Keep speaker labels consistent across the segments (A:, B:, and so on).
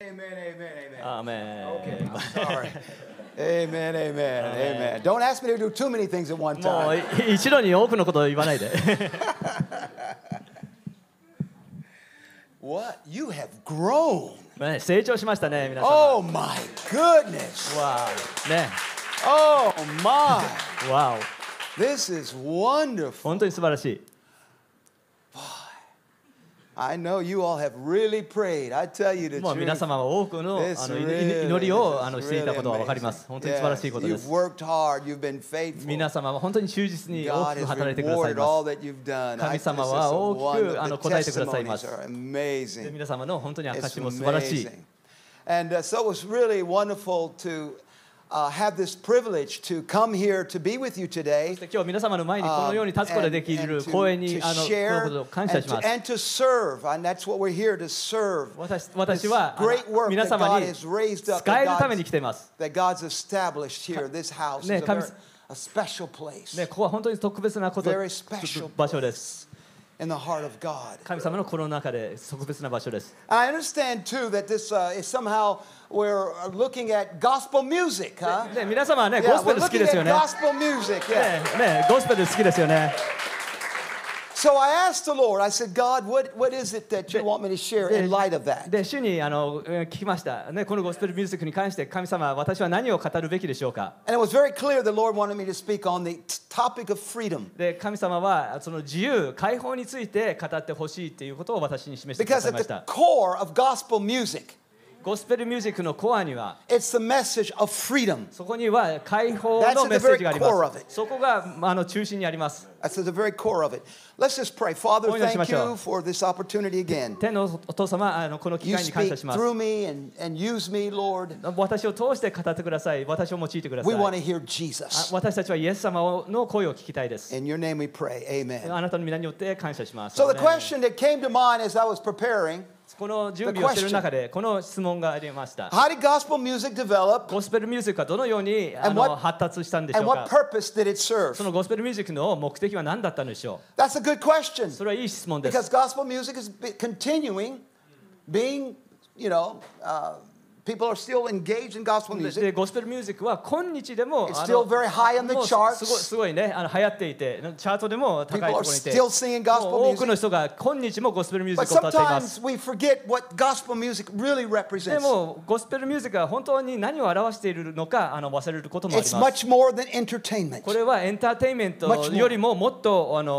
A: Amen, amen, amen.
B: Amen.
A: Okay, I'm sorry. amen, amen, amen, Don't ask me to do too many things at one
B: も
A: time.
B: うい一度に多くのことを言わないで
A: What? You have grown.
B: ね成長しましたね皆さん、
A: Oh my goodness.
B: わあね
A: Oh my.
B: わお
A: this is wonderful.
B: 本当に素晴らしい
A: I know you all have really prayed. I tell you the
B: もう皆
A: truth.
B: 様は多くの
A: This
B: あのい
A: really,
B: 祈りをあの
A: this
B: していたことは
A: really
B: 分かります
A: amazing.
B: 本当に素晴らしい
A: Yes,
B: ことで
A: You've
B: す
A: worked hard. You've been faithful.
B: 皆様は本当に忠実に大
A: God
B: き
A: has
B: く働いてください
A: rewarded
B: ま
A: all that
B: す
A: you've done. I- this
B: 神
A: is
B: 様
A: a
B: は大きくあ
A: wonder.
B: の
A: The
B: 答えてくださいます
A: testimonies are
B: で
A: amazing.
B: 皆様の本当に
A: It's
B: 証も素晴らしい
A: amazing. And uh, so it was really wonderful to uh, have this privilege to come here to be with you today.
B: で今日皆様の前にこ
A: um,
B: のように立つことができ
A: and-
B: る
A: and
B: 光栄に
A: to,
B: あ
A: to
B: のこ
A: share
B: のことを感謝
A: and
B: しま
A: to,
B: す
A: and to serve. And that's what we're here to serve.
B: 私
A: This
B: 私はあ
A: great
B: の
A: work
B: 皆
A: that
B: 様
A: God
B: に
A: has raised up,
B: 使え
A: that
B: るため
A: God's,
B: に来ています、
A: that God's established here. This house is
B: ね、
A: a,
B: 神
A: very, a special place
B: ね、ここは本当に特別なこと
A: Very special
B: 場所です
A: in the heart of God.
B: 神様のこの中で特別な場所です
A: I understand too that this uh, is somehow we're looking at gospel music, huh?
B: ね皆様はね
A: Yeah,
B: ゴスペ
A: we're
B: ル好き
A: looking
B: ですよ
A: at
B: ね
A: gospel music. Yeah.
B: ねねゴスペル好きですよね
A: So I asked the Lord. I said, God, what, what is it that you want me to share in light of that?
B: で主にあのえー聞きました、ね、このゴスペルミュージックに関して神様私は何を語るべきでしょうか
A: And it was very clear the Lord wanted me to speak on the t- topic of freedom
B: で神様はその自由解放について語ってほしいということを私に示してくだ
A: because
B: さい
A: at
B: まし
A: the
B: た
A: core of gospel music,
B: ゴスペルミュージックのコアには
A: it's the message of freedom.
B: そこには解放
A: That's at
B: の
A: the
B: メッセージがあり
A: very core of
B: ま
A: it.
B: すそこがあの中心にあります
A: That's at the very core of it. Let's just pray. Father,
B: お祈りしましょう。
A: thank you for this opportunity again.
B: 天のお父様あのこの機
A: You
B: 会に感謝
A: speak
B: します
A: through me and, and use me, Lord.
B: 私を通して語ってください私を用いてくださ
A: We want
B: い
A: to hear
B: あ
A: Jesus.
B: 私たちはイエス様の声を聞きたいです
A: In your name we pray. Amen.
B: あなたの皆によって感謝します
A: So the
B: アーメン
A: question that came to mind as I was preparing
B: この準備をしている中でこの質問がありました
A: how did gospel music develop
B: ゴスペルミュージックはどのようにあ
A: And
B: の
A: what-
B: 発達したんでしょ
A: and
B: う
A: what
B: か
A: purpose did it serve?
B: そのゴスペルミュージックの目的は何だったのでしょ
A: That's a good question
B: うそれはいい質問です
A: because gospel music is be- continuing being, you know, uh, people are still engaged in gospel
B: で
A: music.
B: ゴスペルミュージックは今日でも
A: It's
B: あ
A: still very high on the
B: もう
A: charts.
B: すごいすごいねあの流行っていてチャートでも高い
A: People are
B: ところにいて
A: still singing gospel
B: もう多く
A: music.
B: の人が今日もゴスペルミュージ
A: But
B: ックを歌っています
A: sometimes we forget what gospel music really
B: で
A: represents.
B: もゴスペルミュージックは本当に何を表しているのかあの忘れることもあり
A: It's
B: ます
A: much more than entertainment.
B: これはエンターテインメント
A: Much more.
B: よりももっとあの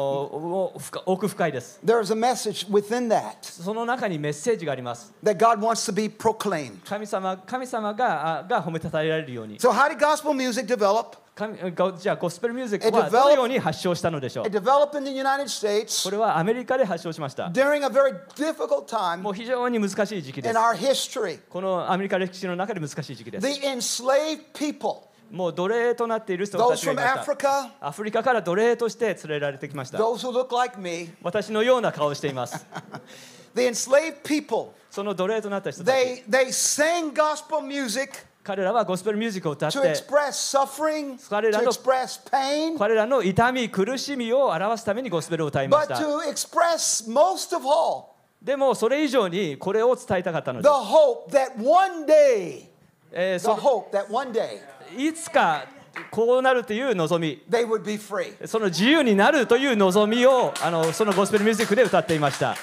B: お深奥深いです
A: There's a message within that
B: その中にメッセージがあります
A: that God wants to be proclaimed.
B: 神様神様があが褒めたたえられるように
A: So, how did gospel music develop?
B: 神がじゃあゴスペルミュージッ
A: It
B: ク
A: developed-
B: はどのように発祥したのでしょう
A: It developed in the United States
B: これはアメリカで発祥しました
A: during a very difficult time
B: もう非常に難しい時期で
A: in
B: す
A: our history.
B: このアメリカ歴史の中で難しい時期です
A: The enslaved people,
B: もう奴隷となっている人た
A: those
B: ちがい
A: from
B: ました
A: Africa,
B: アフリカから奴隷として連れられてきました
A: those who look like me,
B: 私のような顔をしています
A: the enslaved people,
B: その奴隷となった人たち
A: they, they sang gospel music
B: 彼らはゴスペルミュージックを歌っ
A: to
B: て
A: express suffering, to
B: 彼らの-
A: express pain,
B: 彼らの痛み苦しみを表すためにゴスペルを歌いまし
A: but
B: た
A: to express most of all
B: でもそれ以上にこれを伝えたかったの
A: the
B: です、
A: hope that one day,
B: えー
A: the
B: そ
A: hope that one day
B: いつかこうなるという望み
A: they would be free.
B: その自由になるという望みをあのそのゴスペルミュージックで歌っていました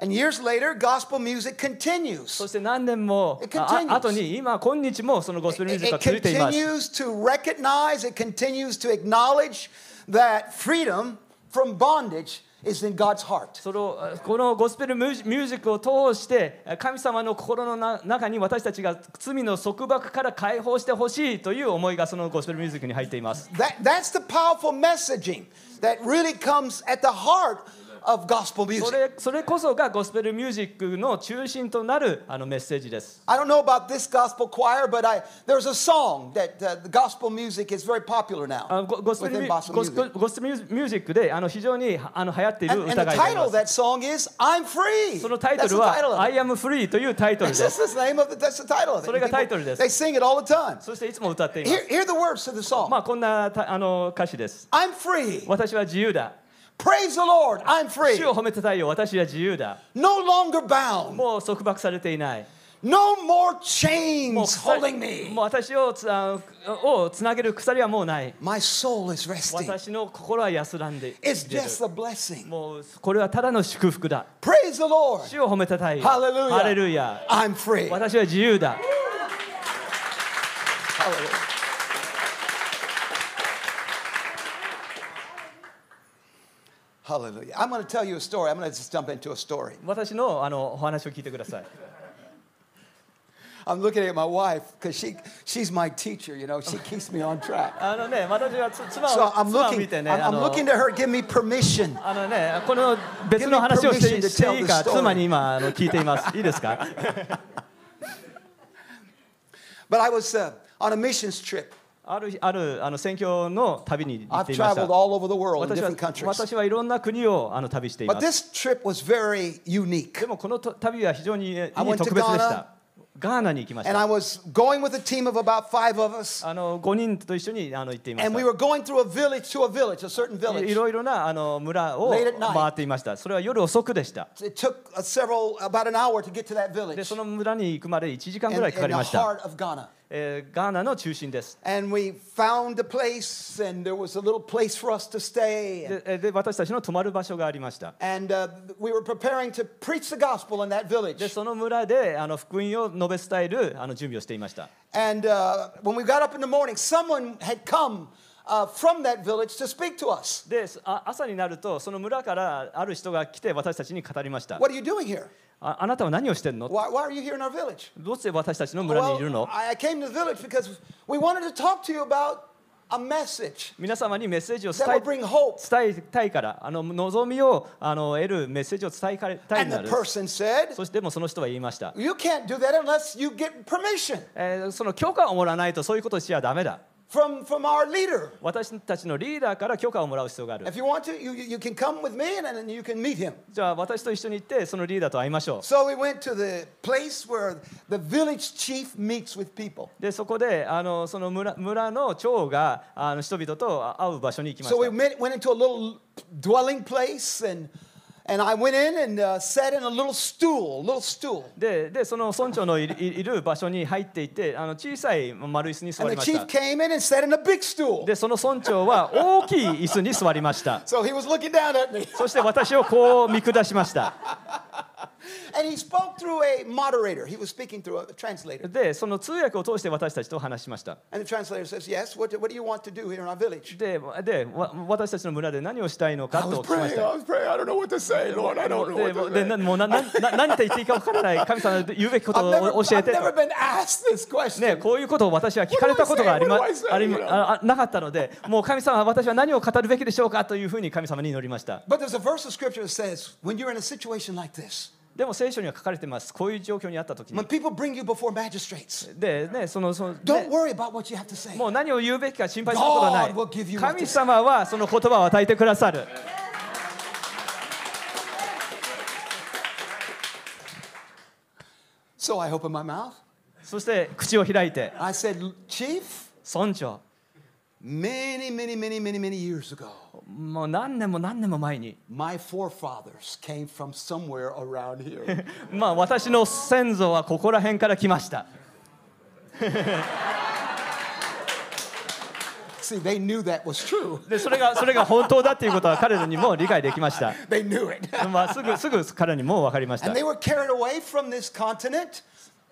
A: And years later, gospel music continues.
B: そして何年も
A: It
B: あ
A: continues.
B: あ後に今今日もそのゴスペルミュー
A: It,
B: ジッ
A: it
B: クが続いていま
A: continues to
B: す
A: recognize, it continues to acknowledge that freedom from bondage is in God's heart.
B: そのあこのゴスペルミュージミュージックを通してあ神様の心のな中に私たちが罪の束縛から解放してほしいという思いがそのゴスペルミュージックに入っています
A: That, that's the powerful messaging that really comes at the heart of gospel
B: そ
A: music.
B: れそれこそがゴスペルミュージックの中心となるあのメッセージです
A: I don't know about this gospel choir, but I, there's a song that uh, the gospel music is very popular
B: あ
A: now
B: ゴゴスペルミ
A: within
B: ュゴス
A: gospel
B: ゴス
A: music.
B: ペルミュージックであの非常にあの流行っている
A: And,
B: 歌
A: and the
B: があり
A: title
B: ま
A: of
B: す
A: that song is "I'm Free."
B: そのタイト
A: That's the
B: ル
A: title of it.
B: は「I am free」というタイトルで
A: That's
B: す
A: the name of the, that's the title of it.
B: それがタイトルです。
A: They sing it all the time.
B: そしていつも歌っています
A: Hear, hear the words to the song.
B: まあこんなたあの歌詞です
A: I'm free
B: 私は自由だ
A: Praise the Lord, I'm free.
B: 主を褒めてたいよ私は自由だ
A: No longer bound.
B: もう束縛されていない
A: No more
B: もう
A: chains
B: 鎖
A: holding me.
B: もう私をつあをつなげる鎖はもうない
A: My soul is resting.
B: 私の心は安らんでいる
A: It's just a blessing.
B: もうこれはただの祝福だ
A: Praise the Lord.
B: 主を褒めたたいよ
A: ハレルヤ
B: ハレルヤ
A: I'm free.
B: 私は自由だ
A: Hallelujah. I'm going to tell you a story. I'm going to just jump into a story.
B: 私のあのお話を聞いてください
A: I'm looking at my wife because she, she's my teacher, you know, she keeps me on track.
B: あのね私はつ妻
A: So
B: を
A: I'm
B: 妻を見
A: looking,
B: て
A: I'm,
B: ねあ
A: I'm
B: の
A: looking to her, give me permission.
B: あのねこの別の話をし
A: Give me permission
B: て
A: to
B: していい
A: tell
B: か
A: the story.
B: 妻に今あの聞いていますいいですか
A: But I was uh, on a missions trip.
B: ある日あるあの宣教の旅に行っ
A: I've
B: ていました
A: traveled all over the world in
B: 私
A: different
B: は
A: countries.
B: 私はいろんな国をあの旅してい
A: But
B: ま
A: this
B: す
A: trip was very unique.
B: でもこのと旅は非常にえ
A: I went to
B: いい特別でしたガーナに行きまし
A: And I
B: た
A: was going with a team of about five of us.
B: あの5人と一緒にあの行っていまし
A: And
B: た
A: we were going through a village to a village, a certain
B: い
A: village.
B: いろいろなあの村を
A: Late at night.
B: 回っていましたそれは夜遅くでした
A: It took uh, several, about an hour to get to that
B: で
A: village
B: その村に行くまで1時間
A: in,
B: ぐらいかか
A: in
B: り
A: the
B: ました、
A: heart of Ghana.
B: えーガーナの中心です
A: And we found a place, and there was a little place for us to stay. And,
B: でえーで私たちの泊まる場所がありました。
A: and, uh, we were preparing to preach the gospel in that
B: で
A: village.
B: その村であの福音を述べ伝えるあの準備をしていました。
A: And uh, when we got up in the morning, someone had come uh, from that village to speak to us.
B: でそあ朝になるとその村からある人が来て私たちに語りました。
A: What are you doing here?
B: ああなたは何をしてるの
A: Why, why are you here in our village?
B: どうして私たちの村にいる
A: Well,
B: の
A: I I came to the village because we wanted to talk to you about a message
B: 皆様にメッセージを伝
A: that will
B: え
A: bring hope.
B: 伝えたいからあの望みをあの得るメッセージを伝えかれたい
A: And
B: んだ
A: the
B: です。
A: person said,
B: そしてでもその人は言いました、
A: You can't do that unless you get permission
B: えーその許可をもらわないとそういうことをしちゃダメだ。
A: from, from our leader.
B: 私たちのリーダーから許可をもらう必要がある。
A: If you want to, you, you you can come with me and then you can meet him.
B: じゃあ私と一緒に行ってそのリーダーと会いましょう。
A: So we went to the place where the village chief meets with people.
B: でそこであのその村村の長があの人々と会う場所に行きま
A: So we
B: した。
A: met, went into a little dwelling place and, and I went in and uh, sat in a little stool, little stool.
B: ででその村長のいいいる場所に入っていってあの小さい丸椅子に座
A: And
B: り
A: the
B: まし
A: chief
B: た。
A: came in and sat in a big stool.
B: でその村長は大きい椅子に座りました。
A: So he was looking down at me.
B: そして私をこう見下しました。
A: And he spoke through a moderator. He was speaking through a translator.
B: でその通訳を通して私たちと話しました。
A: And the translator says, Yes, what do, what do you want to do here in our village?
B: ででわ私たちの村で何をしたいのか
A: I
B: と
A: was
B: 聞きま
A: praying.
B: した。
A: I was praying. I don't know what to say, Lord. I don't know
B: で
A: what
B: も
A: to
B: で
A: say.
B: なもうななな何て言っていいか分からない神様の言うべきこと
A: I've never,
B: を教え
A: I've
B: てと
A: never been asked this
B: ね、
A: question.
B: こういうことを私は聞かれたことがありま
A: What do I say? What do I say?
B: ありああなかったので、もう神様は私は何を語るべきでしょうかというふうに神様に祈りました。
A: But there's a verse of scripture that says, when you're in a situation like this,
B: でも聖書には書かれてます。こういう状況にあった時に
A: when。people bring you before magistrates,
B: で、ね、その、その、
A: don't
B: ね
A: worry about what you have to say.
B: もう何を言うべきか心配することはな
A: God will give
B: い。
A: you
B: 神様はその言葉を与えてくださる。
A: So I opened my mouth.
B: そして口を開いて、
A: I said, Chief,
B: 村長、
A: many, many, many, many, many years ago,
B: もう何年も何年も前に、
A: my forefathers came from somewhere around here.
B: まあ私の先祖はここら辺から来ました。
A: See, they knew that was true.
B: で、それが、それが本当だということは彼らにも理解できました。
A: They knew it.
B: まあすぐ、すぐ彼らにも分かりました
A: And。they were carried away from this continent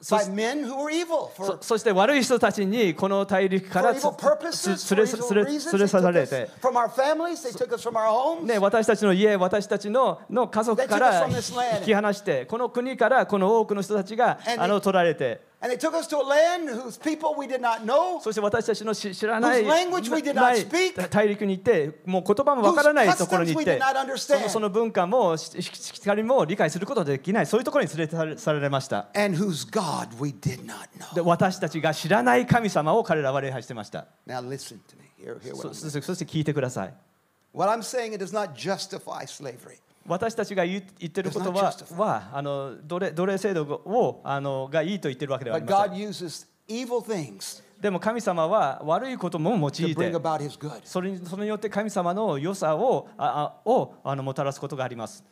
A: by men who were evil for
B: そそして悪い人たちにこの大陸か
A: For
B: らつ
A: evil purposes,
B: つ
A: for
B: 連れさ
A: evil
B: 連れ連
A: reasons, they
B: れ
A: took
B: 去られて
A: us、from our families, they took us from our homes.
B: ね、私たちの家、私たちのの家族か
A: They took
B: ら
A: us from this land.
B: 引き離して、この国からこの多くの人たちが
A: And they-
B: あの取られて、
A: And they took us to a land whose people we did not know,
B: そして私たちの知知らない
A: Whose language we did not
B: ない
A: speak.
B: 大陸に行って、もう言葉もわからない
A: Whose customs
B: ところに行っ
A: we did
B: て
A: not、
B: そ
A: understand.
B: のその文化もししし光も理解することができない、そういうところに連れてされました。
A: and whose God we did not
B: で
A: know.
B: 私たちが知らない神様を彼らは礼拝してました。
A: Now listen to me. Hear, hear what,
B: そ
A: I'm
B: そ
A: saying.
B: そして聞いてください。
A: what I'm saying. It does not justify slavery.
B: 私たちが言う言ってること
A: It's not
B: は
A: justified.
B: はあの奴隷奴隷制度をあのがいいと言ってるわけではあり
A: But
B: ません。
A: God uses evil things
B: でも神様は悪いことも用い
A: to
B: て
A: bring about his good.
B: それにそれによって神様の良さをああをあのもたらすことがあります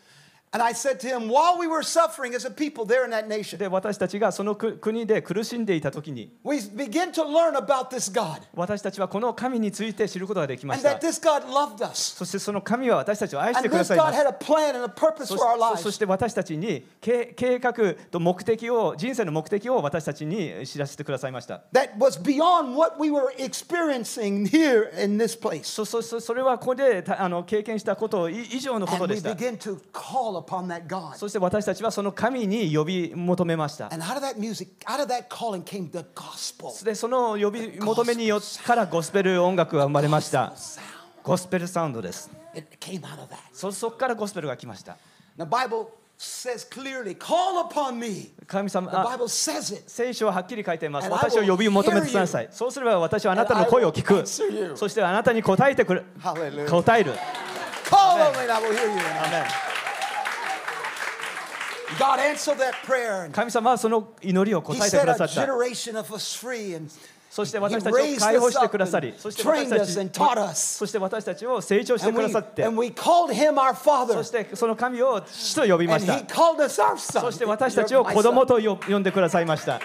A: And I said to him, while we were suffering as a people there in that nation,
B: で私たちがそのく国で苦しんでいた時に
A: we begin to learn about this God
B: 私たちはこの神について知ることができま
A: and
B: し
A: that
B: た
A: this God loved us.
B: そしてその神は私たちを愛して
A: And
B: くだ
A: this
B: さいま
A: God
B: す
A: had a plan and a purpose
B: そ
A: for our
B: そそ
A: lives.
B: して私たちに計計画と目的を人生の目的を私たちに知らせてくださいました
A: that was beyond what we were experiencing here in this place.
B: そそそそれはここでたあの経験したこと以以上のこと
A: And
B: で
A: we
B: した
A: begin to call upon that God.
B: そして私たちはその神に呼び求めました
A: And out of that music, out of that calling came the gospel
B: でその呼び求めによってからゴスペル音楽が生まれました
A: sound.
B: ゴスペルサウンドです
A: It came out of that.
B: そそこからゴスペルが来ました
A: The Bible says clearly, call upon me.
B: 神様
A: The
B: あ
A: Bible says it.
B: 聖書ははっきり書いています
A: And I
B: 私を呼び求めてくださいそうすれば私はあなたの声を聞
A: And I will answer you.
B: くそしてあなたに答えてくる
A: Hallelujah.
B: 答える
A: Call on me and I will hear
B: ア
A: you.
B: ーメン
A: God answered that prayer. And
B: 神様はその祈りを
A: he
B: 答えてく
A: set
B: ださ
A: a
B: った
A: generation of us free. And
B: そして
A: he
B: 私たちを
A: raised
B: 解放
A: us
B: して
A: up
B: くださり
A: and
B: そして私
A: trained
B: た
A: us
B: ち
A: and taught us.
B: そして私たちを成長して
A: And
B: くだ
A: we,
B: さって
A: and we called him our
B: そ
A: father.
B: してその神を父と呼びま
A: And
B: した
A: he called us our
B: そ
A: son.
B: して私たちを
A: My
B: 子
A: son.
B: 供とよ呼んでくださいました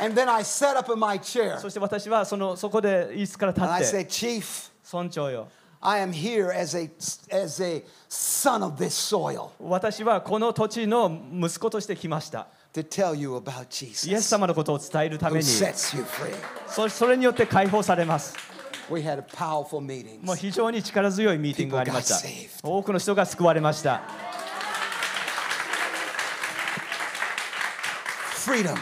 A: And then I sat up in my chair
B: そして私はそのそこで椅子から
A: and I
B: 立って
A: said, Chief,
B: 村長よ
A: I am here as a, as a son of this soil
B: 私はこの土地の息子として来ました
A: to tell you about
B: イエス
A: Jesus
B: 様のことを伝えるため
A: who
B: に
A: sets you free.
B: そそれによって解放されます
A: We had a powerful meeting.
B: もう非常に力強いミーティングがありまし
A: People got
B: た多くの人が救われました
A: Freedom.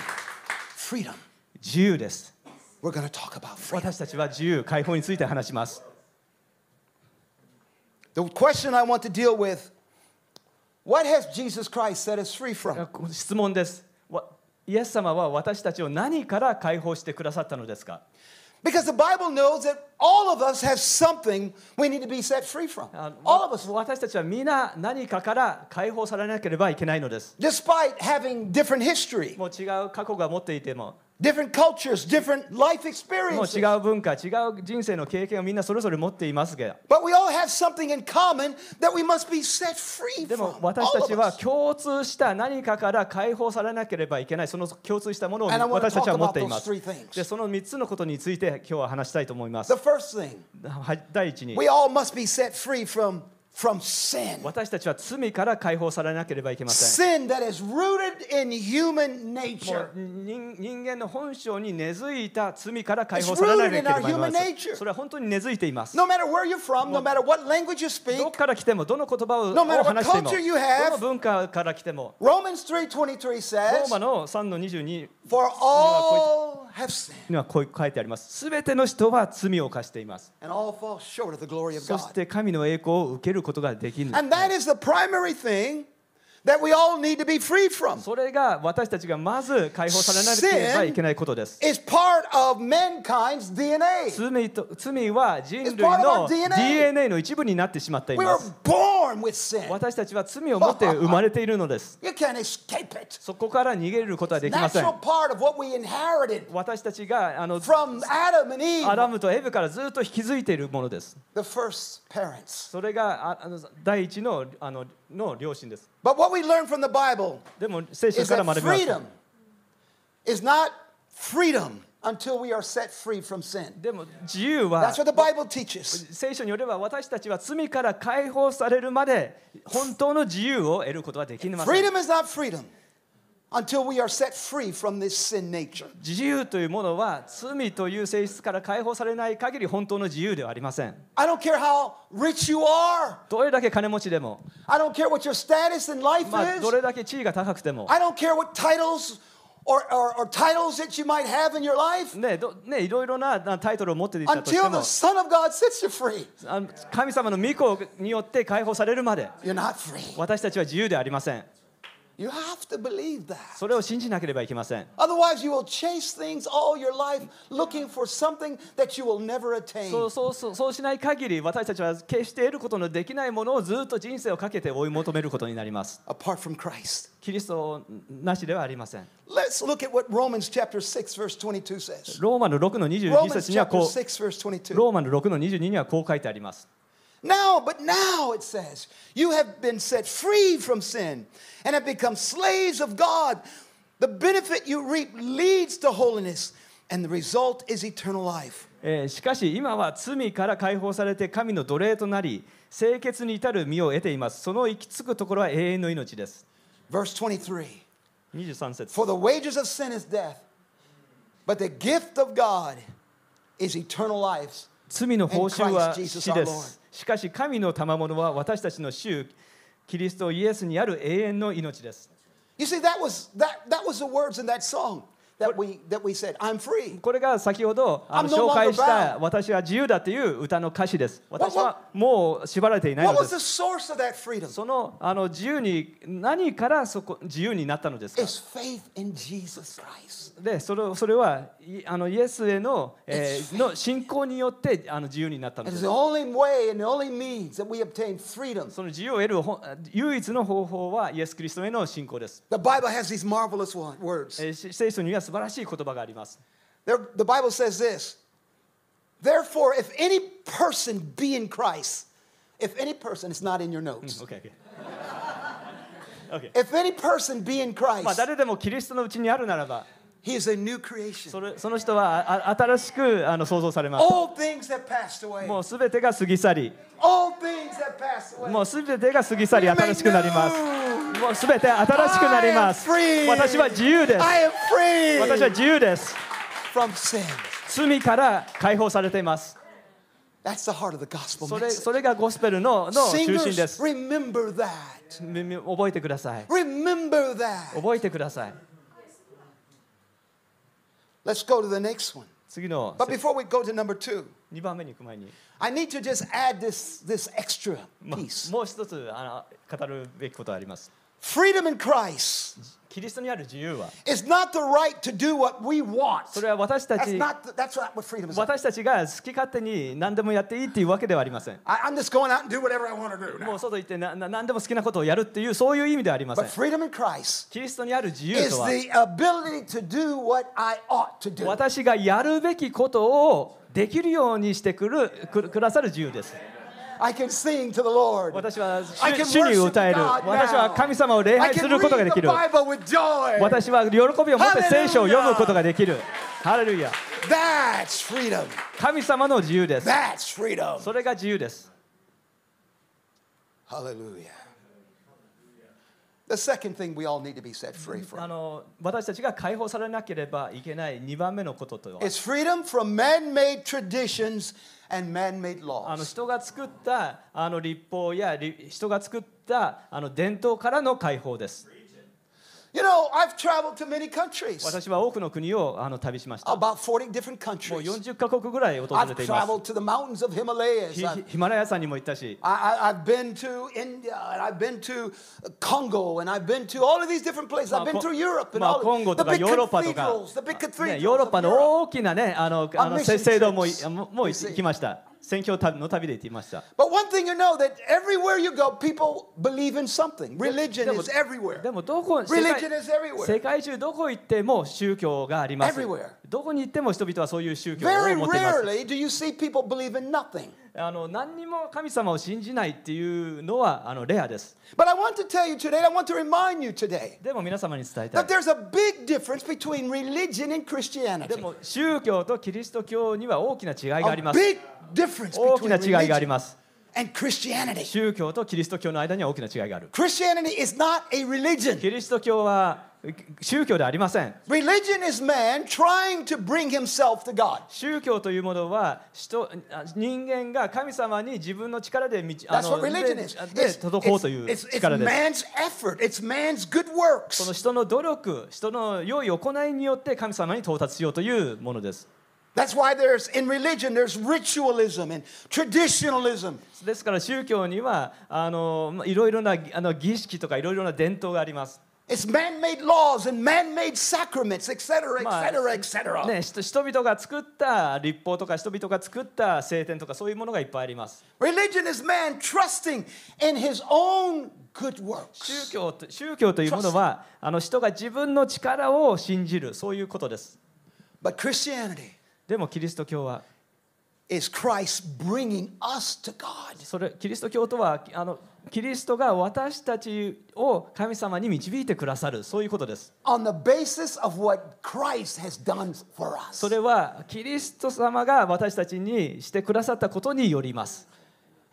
A: Freedom.
B: 自由です
A: We're going to talk about freedom.
B: 私たちは自由解放について話します
A: The question I want to deal with what has Jesus Christ set us free from?
B: 質問ですわイエス様は私たちを何から解放してくださったのですか
A: Because the Bible knows that all of us have something we need to be set free from.
B: あの
A: All of us.
B: 私たちは皆何かから解放されなければいけないのです
A: Despite having different history,
B: もう違う過去が持っていても
A: different cultures, different life
B: もう
A: experiences.
B: 違う文化違う人生の経験をみんなそれぞれ持っていますが
A: But we all have something in common that we must be set free
B: で
A: from.
B: も
A: All
B: 私たち
A: of
B: は
A: us.
B: 共通した何かから解放されなければいけないその共通したものを
A: And I wanna
B: 私たちは持っていま
A: talk
B: す
A: about those three things.
B: でその3つのことについて今日は話したいと思います
A: The first thing,
B: はい第一に
A: we all must be set free from, from sin.
B: 私たちは罪から解放されなければいけませ
A: Sin
B: ん
A: that is rooted in human
B: もう
A: nature.
B: 人人間の本性に根付いた罪から解放されなければいけ
A: It's rooted
B: ま
A: in our human
B: せ
A: nature.
B: んそれは本当に根付いています。
A: No matter where you're from, no matter what language you
B: ど
A: speak,
B: こから来ても、どの言葉を
A: No matter
B: を話して
A: what culture you
B: も、
A: have
B: どの文化から来ても、
A: Romans 3.23
B: ロ
A: says,
B: ーマの3の22
A: For all have sinned
B: にはこう書いてあります。すべての人は罪を犯しています。
A: and all fall short of the glory of
B: そし
A: God.
B: て神の栄光を受けることができる。
A: And that is the primary thing that we all need to be free from.
B: それが私たちがまず解放されなければいけないことです。
A: It's part of mankind's DNA.
B: 罪と罪は人類
A: It's part of our
B: の
A: DNA
B: DNA の一部になってしまってい
A: We
B: ま
A: were
B: す。
A: born with sin.
B: 私たちは罪を持って生まれているのです。
A: You can't escape it.
B: そこから逃げることはできません
A: Natural。part of what we inherited
B: 私たちがあの
A: from Adam and
B: アダ
A: Eve,
B: ムとエブからずっと引き継いでいるものです。
A: the first parents.
B: それがああの第一のあのの両親です。
A: But what we learn from the Bible
B: でも聖書
A: is
B: から学
A: that
B: びま
A: freedom
B: す。
A: is not freedom until we are set free from sin.
B: でも自由は
A: That's what the Bible teaches.
B: 聖書によれば私たちは罪から解放されるまで本当の自由を得ることはできません。
A: Freedom is not freedom until we are set free from this sin nature.
B: 自由というものは罪という性質から解放されない限り本当の自由ではありません。
A: I don't care how rich you are.
B: どれだけ金持ちでも、
A: I don't care what your status in life
B: まあ、
A: is.
B: どれだけ地位が高くても、
A: I don't care what titles or, or, or titles that you might have in your life
B: ねどね、いろいろななタイトルを持っていたとして
A: until the
B: も、
A: Son of God sets you free.
B: あの神様の御子によって解放されるまで
A: You're not free.
B: 私たちは自由ではありません
A: You have to believe that.
B: それを信じなければいけません
A: Otherwise, you will chase things all your life looking for something that you will never
B: そう
A: attain.
B: そうそうそうしない限り私たちは決して得ることのできないものをずっと人生をかけて追い求めることになります
A: Apart from Christ.
B: キリストなしではありません
A: Let's look at what Romans chapter 6, verse 22 says.
B: ローマの6の22
A: Romans
B: 節には
A: chapter
B: こう
A: 6, verse 22.
B: ローマの6の22にはこう書いてあります
A: Now, but now it says, you have been set free from sin and have become slaves of God. The benefit you reap leads to holiness, and the result is eternal life.
B: えーしかし今は罪から解放されて神の奴隷となり清潔に至る身を得ていますその行き着くところは永遠の命です
A: Verse 23.
B: 23節
A: For the wages of sin is death, but the gift of God is eternal life.
B: 罪の報酬は
A: And Christ Jesus
B: 死
A: our
B: で
A: Lord.
B: すしかし神の賜物は私たちの主キリストイエスにある永遠の命です
A: You see, that was that that was the words in that song that we that we said, I'm free.
B: これが先ほどあの
A: I'm no longer
B: 紹介し
A: bound.
B: た「私は自由だ」という歌の歌詞です私はもう縛られていない
A: What
B: ので
A: was
B: す
A: the source of that freedom?
B: そのあの自由に何からそこ自由になったのですか
A: It's faith in Jesus Christ.
B: でそれをそれはいあのイエスへの,、えーの信仰によってあの自由になったの
A: It
B: で
A: is the
B: す
A: only way and the only means that we obtain freedom.
B: その自由を得るほ唯一の方法はイエス・キリストへの信仰です、
A: The Bible has these marvelous one- words.
B: えーし聖書には素晴らしい言葉があります
A: There, the Bible says this. Therefore, if any person be in Christ, if any person, it's not in your notes.
B: OK, OK. OK
A: If any person be in
B: まあ
A: Christ,
B: 誰でもキリストのうちにあるならば
A: he is a new creation.
B: それその人はああ新しくあの想像されます
A: All things have passed away.
B: もうすべてが過ぎ去り
A: All things have passed away.
B: もうすべてが過ぎ去り新しくなります
A: New.
B: もうすべて新しくなります
A: I am free.
B: 私は自由です
A: I am free
B: 私は自由です
A: from sin.
B: 罪から解放されています
A: That's the heart of the gospel
B: それ
A: message.
B: それがゴスペルのの中心で
A: Singers,
B: す
A: remember that.
B: みみ覚えてください
A: Remember that.
B: 覚えてください
A: Let's go to the next one.
B: 次の
A: But before we go to number two,
B: 2番目に行く前に
A: I need to just add this, this extra
B: ま
A: piece.
B: もう一つあの語るべきことがあります
A: Freedom in Christ
B: キリストにある自由は
A: is not the right to do what we want.
B: それは私た
A: That's
B: ち
A: not, the, that's not what freedom is. about.
B: 私たちが好き勝手に何でもやっていいっていうわけではありません
A: I, I'm just going out and do whatever I want to do. now.
B: もう外行ってなな何でも好きなことをやるっていうそういう意味ではありません
A: But freedom in Christ
B: キリストにある自由
A: is
B: とは
A: the ability to do what I ought to do.
B: 私がやるべきことをできるようにしてくるくくださる自由です
A: I can sing to the Lord.
B: 私は主
A: I can
B: 主に
A: worship
B: 歌え
A: God
B: る
A: now.
B: 私は神様を礼
A: I
B: 拝す
A: can
B: ることが
A: read
B: でき
A: the
B: る
A: Bible with joy.
B: 私は喜びを持って聖書を読むことができるハレルヤ
A: That's freedom.
B: 神様の自由です
A: That's freedom.
B: それが自由です
A: Hallelujah. The second thing we all need to be set free
B: あ
A: from
B: の私たちが解放されなければいけない2番目のこととは
A: is freedom from man made traditions and man made
B: あの
A: laws.
B: 人が作ったあの立法やり人が作ったあの伝統からの解放です
A: You know, I've traveled to many countries,
B: 私は多くの国をあの旅しましたも
A: about 40 different
B: う
A: countries.
B: 40カ国ぐらい訪れて
A: I've
B: います
A: traveled to the mountains of Himalayas.
B: ヒ
A: I've
B: ヒマラヤさんにも行ったし
A: I, I, I've been to India and I've been to Congo and I've been to all of these different places.
B: まあ
A: I've been
B: こ
A: to Europe and
B: まあ
A: all
B: コンゴ
A: of,
B: と
A: the
B: か
A: big
B: ヨーロッパとか
A: cathedrals, the big
B: ね
A: cathedrals.
B: ヨーロッ
A: of
B: パ
A: Europe.
B: の大きなねあのあ
A: mission
B: のせ聖堂もい
A: trips
B: ももう
A: You see.
B: 行きました宣教旅の旅で行ってきました
A: But one thing you know that everywhere you go, people believe in something. Religion
B: でも
A: is everywhere.
B: でもどこ世
A: Religion
B: 界
A: is everywhere.
B: 世界中どこ行っても宗教があります
A: Everywhere.
B: どこに行っても人々はそういう宗教を
A: Very
B: 持っています
A: rarely do you see people believe in nothing.
B: あの何にも神様を信じないっていうのはあのレアです
A: But I want to tell you today, I want to remind you today
B: でも皆様に伝えたい
A: that there's a big difference between religion and
B: で
A: Christianity.
B: も宗教とキリスト教には大きな違いがありま
A: A
B: す
A: big difference
B: 大き
A: between
B: な違いがあり
A: religion
B: ます
A: and Christianity.
B: 宗教とキリスト教の間には大きな違いがある
A: Christianity is not a religion.
B: キリスト教は宗教ではありません
A: Religion is man trying to bring himself to God.
B: 宗教というものは人あ人間が神様に自分の力で道
A: That's what religion
B: で
A: is.
B: で届こうという
A: it's, it's
B: 力です
A: man's effort, it's man's good
B: その
A: works.
B: 人の努力人の良い行いによって神様に到達しようというものです
A: That's why there's in religion there's ritualism and traditionalism.
B: ですから宗教にはあのまあいろいろなあの儀式とかいろいろな伝統があります
A: It's man made laws and man made sacraments, etc.,
B: まあ、
A: etc., etc.
B: ね、人人々が作った立法とか人々が作った聖典とかそういうものがいっぱいあります
A: Religion is man trusting in his own good works.
B: 宗教と宗教というものはあの人が自分の力を信じるそういうことです
A: But Christianity
B: でもキリスト教は
A: is Christ bringing us to God.
B: それキリスト教とはあのキリストが私たちを神様に導いてくださるそういうことです
A: on the basis of what Christ has done for us.
B: それはキリスト様が私たちにしてくださったことによります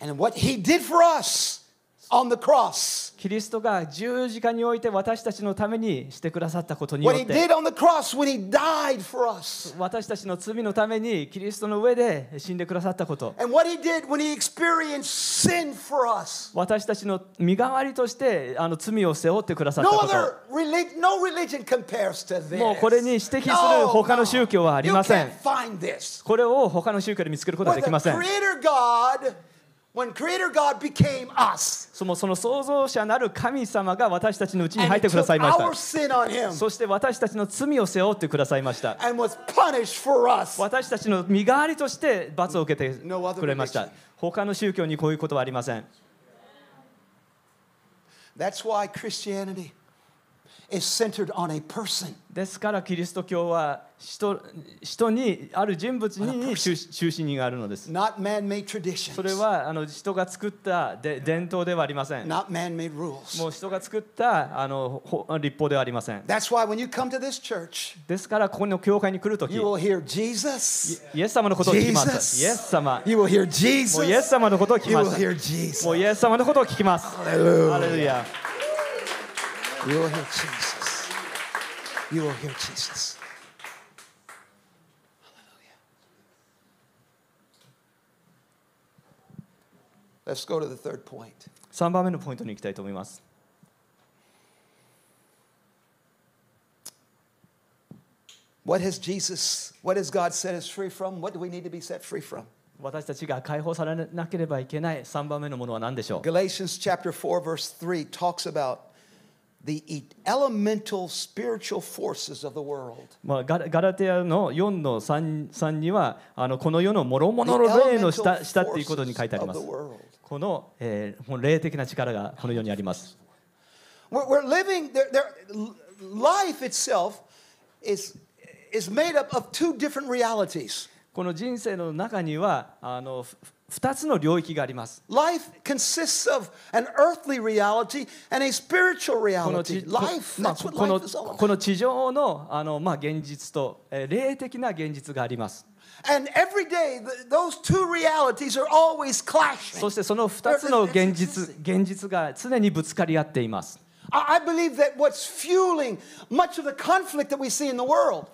A: And what he did for us on the cross.
B: キリストが十字架において私たちのためにしてくださったことによ
A: What
B: っ
A: he did
B: て
A: on the cross when he died for us.
B: 私たちの罪のためにキリストの上で死んでくださったこと
A: And what he did when he experienced sin for us.
B: 私たちの身代わりとしてあの罪を背負ってくださった
A: No
B: こ
A: other
B: と
A: religion, no religion compares to this.
B: もうこれに匹敵する他の宗教はあり
A: You
B: ません
A: can't find this.
B: これを他の宗教で見つけることは
A: When
B: できま
A: the
B: せん
A: Creator God, when Creator God became us,
B: そのその創造者なる神様が私たちのうちに
A: and
B: 入っ
A: he
B: てくだ
A: took
B: さいまし
A: our sin
B: た
A: on him
B: そして私たちの罪を背負ってくださいました
A: and was punished for us.
B: 私たちの身代わりとして罰を受けて
A: No other
B: くれまし
A: religion.
B: た他の宗教にこういうことはありません
A: That's why Christianity is centered on a person.
B: ですからキリスト教は人人にある人物に中中心があるのです
A: not man-made traditions,
B: それはあの人が作ったで伝統ではありません
A: not man-made rules.
B: もう人が作ったあのほ立法ではありません
A: That's why when you come to this church,
B: ですからここの教会に来るとき
A: you will hear Jesus,
B: イエス様のことを聞きます
A: Jesus.
B: イエス様
A: You will hear
B: もうイエ
A: Jesus.
B: ス様のことを聞き
A: You
B: ま
A: will
B: した
A: hear Jesus.
B: もうイエス様のことを聞きます
A: Hallelujah.
B: ハレルヤ
A: You will hear Jesus. You will hear Jesus. Hallelujah. Let's go to the third point.
B: 3番目のポイントに行きたいと思います
A: What has Jesus, what has God set us free from? What do we need to be set free from?
B: 私たちが解放されなければいけない3番目のものは何でしょう
A: Galatians chapter 4, verse 3 talks about the e- elemental spiritual forces of the world.
B: まあ、ガラガラテヤの4の 3, 3にはあのこの世の諸々の霊の下下っていうことに書いてあります
A: of the world.
B: この、えーもう霊的な力がこの世にあります
A: We're, we're living, there, there, l- life itself is, is made up of two different realities.
B: この人生の中にはあのふ2つの領域があります
A: Life consists of an earthly reality and a spiritual
B: この
A: reality.
B: 地
A: Life,
B: まあ
A: that's what
B: ここの
A: life is all
B: こ
A: about.
B: の地上のあの、まあ、現実と、えー霊的な現実があります
A: And every day, th- those two realities are always clashing.
B: そしてその2つの現実現実が常にぶつかり合っています
A: I I believe that what's fueling much of the conflict that we see in the world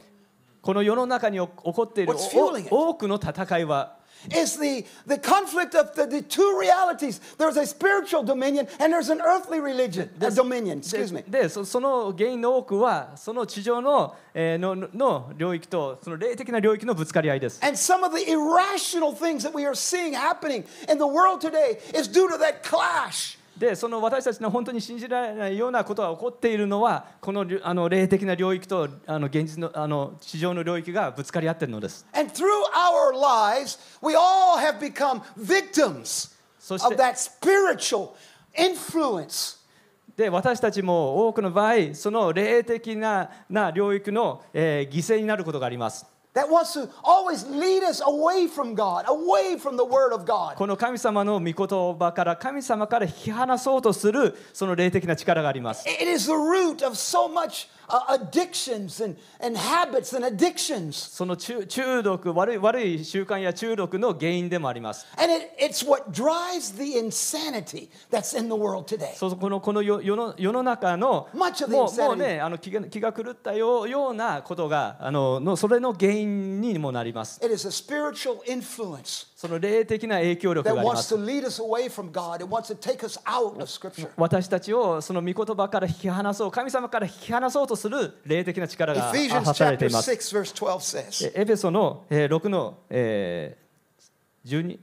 B: この世の中に起起こっている
A: What's fueling it?
B: お多くの戦いは
A: is the, the conflict of the, the two realities. There's a spiritual dominion and there's an earthly religion, a dominion,
B: で
A: excuse me.
B: でそその原因の多くはその地上の,、えーののの領域とその霊的な領域のぶつかり合いです
A: And some of the irrational things that we are seeing happening in the world today is due to that clash.
B: でその私たちの本当に信じられないようなことが起こっているのはこのりょあの霊的な領域とあの現実のあの地上の領域がぶつかり合っているのです
A: And through our lives, we all have become victims
B: So sta-
A: of that spiritual influence.
B: で私たちも多くの場合その霊的なな領域の、えー犠牲になることがあります
A: That wants to always lead us away from God, away from the Word of God.
B: この神様の御言葉から神様から引き離そうとするその霊的な力があります
A: It is the root of so much uh, addictions and, and habits and addictions.
B: その中中毒悪い悪い習慣や中毒の原因でもあります
A: And it, it's what drives the insanity that's in the world today.
B: そうこのこの世世の世の中の
A: Much of the
B: もう
A: insanity.
B: もうねあの気が気が狂ったようようなことがあののそれの原因にもなります
A: It is a spiritual influence
B: その霊的な影響力
A: that
B: がありま
A: wants to
B: す
A: lead us away from God. It wants to take us out of Scripture.
B: 私たちをその御言葉から引き離そう神様から引き離そうとする霊的な力が
A: Ephesians
B: 発されて
A: chapter
B: います
A: 6, verse 12 says,
B: えエペソのえー6のえー12